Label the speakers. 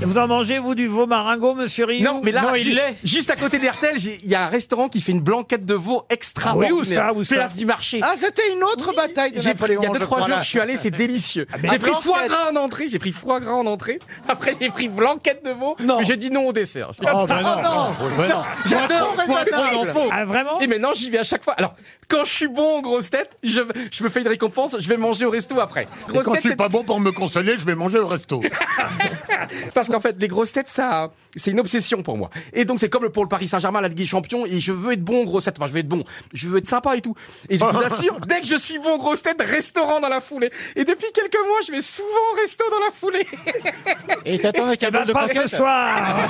Speaker 1: Vous en mangez, vous, du veau maringot, monsieur Rioux
Speaker 2: Non, mais là,
Speaker 1: il
Speaker 2: ju-
Speaker 1: l'est.
Speaker 2: juste à côté d'Hertel, j'ai- il y a un restaurant qui fait une blanquette de veau extraordinaire.
Speaker 1: Ah oui, où ça, où ça
Speaker 2: Place du marché.
Speaker 3: Ah, c'était une autre bataille de
Speaker 2: J'ai pris-
Speaker 3: Napoléon.
Speaker 2: il y a deux
Speaker 3: je
Speaker 2: trois
Speaker 3: crois,
Speaker 2: jours,
Speaker 3: là.
Speaker 2: je suis allé, c'est délicieux.
Speaker 1: mais
Speaker 2: J'ai pris
Speaker 3: blanquette.
Speaker 2: foie gras en entrée, j'ai pris foie gras en entrée. Après, j'ai pris blanquette de veau.
Speaker 3: Non.
Speaker 2: mais J'ai dit non au dessert.
Speaker 3: Oh,
Speaker 2: J'adore.
Speaker 3: non, Point trois,
Speaker 2: Point
Speaker 3: point
Speaker 2: trois.
Speaker 1: ben Ah, vraiment
Speaker 2: Et maintenant, j'y vais à chaque fois. Alors, quand je suis bon en grosse tête, je, je me fais une récompense, je vais manger au resto après. Grosse
Speaker 4: Quand je
Speaker 2: tête,
Speaker 4: suis
Speaker 2: c'est-
Speaker 4: pas bon pour me consoler, je vais manger au resto.
Speaker 2: Parce qu'en fait, les grosses têtes, ça, c'est une obsession pour moi. Et donc, c'est comme le- pour le Paris Saint-Germain, la Ligue des Champions, et je veux être bon en grosses têtes. Enfin, je veux être bon. Je veux être sympa et tout. Et je vous assure, dès que je suis bon en grosses têtes, restaurant dans la foulée. Et depuis quelques mois, je vais souvent au resto dans la foulée.
Speaker 5: Et t'attends avec un
Speaker 1: Eh ben,
Speaker 5: bol de
Speaker 1: pas ce
Speaker 5: croquettes
Speaker 1: soir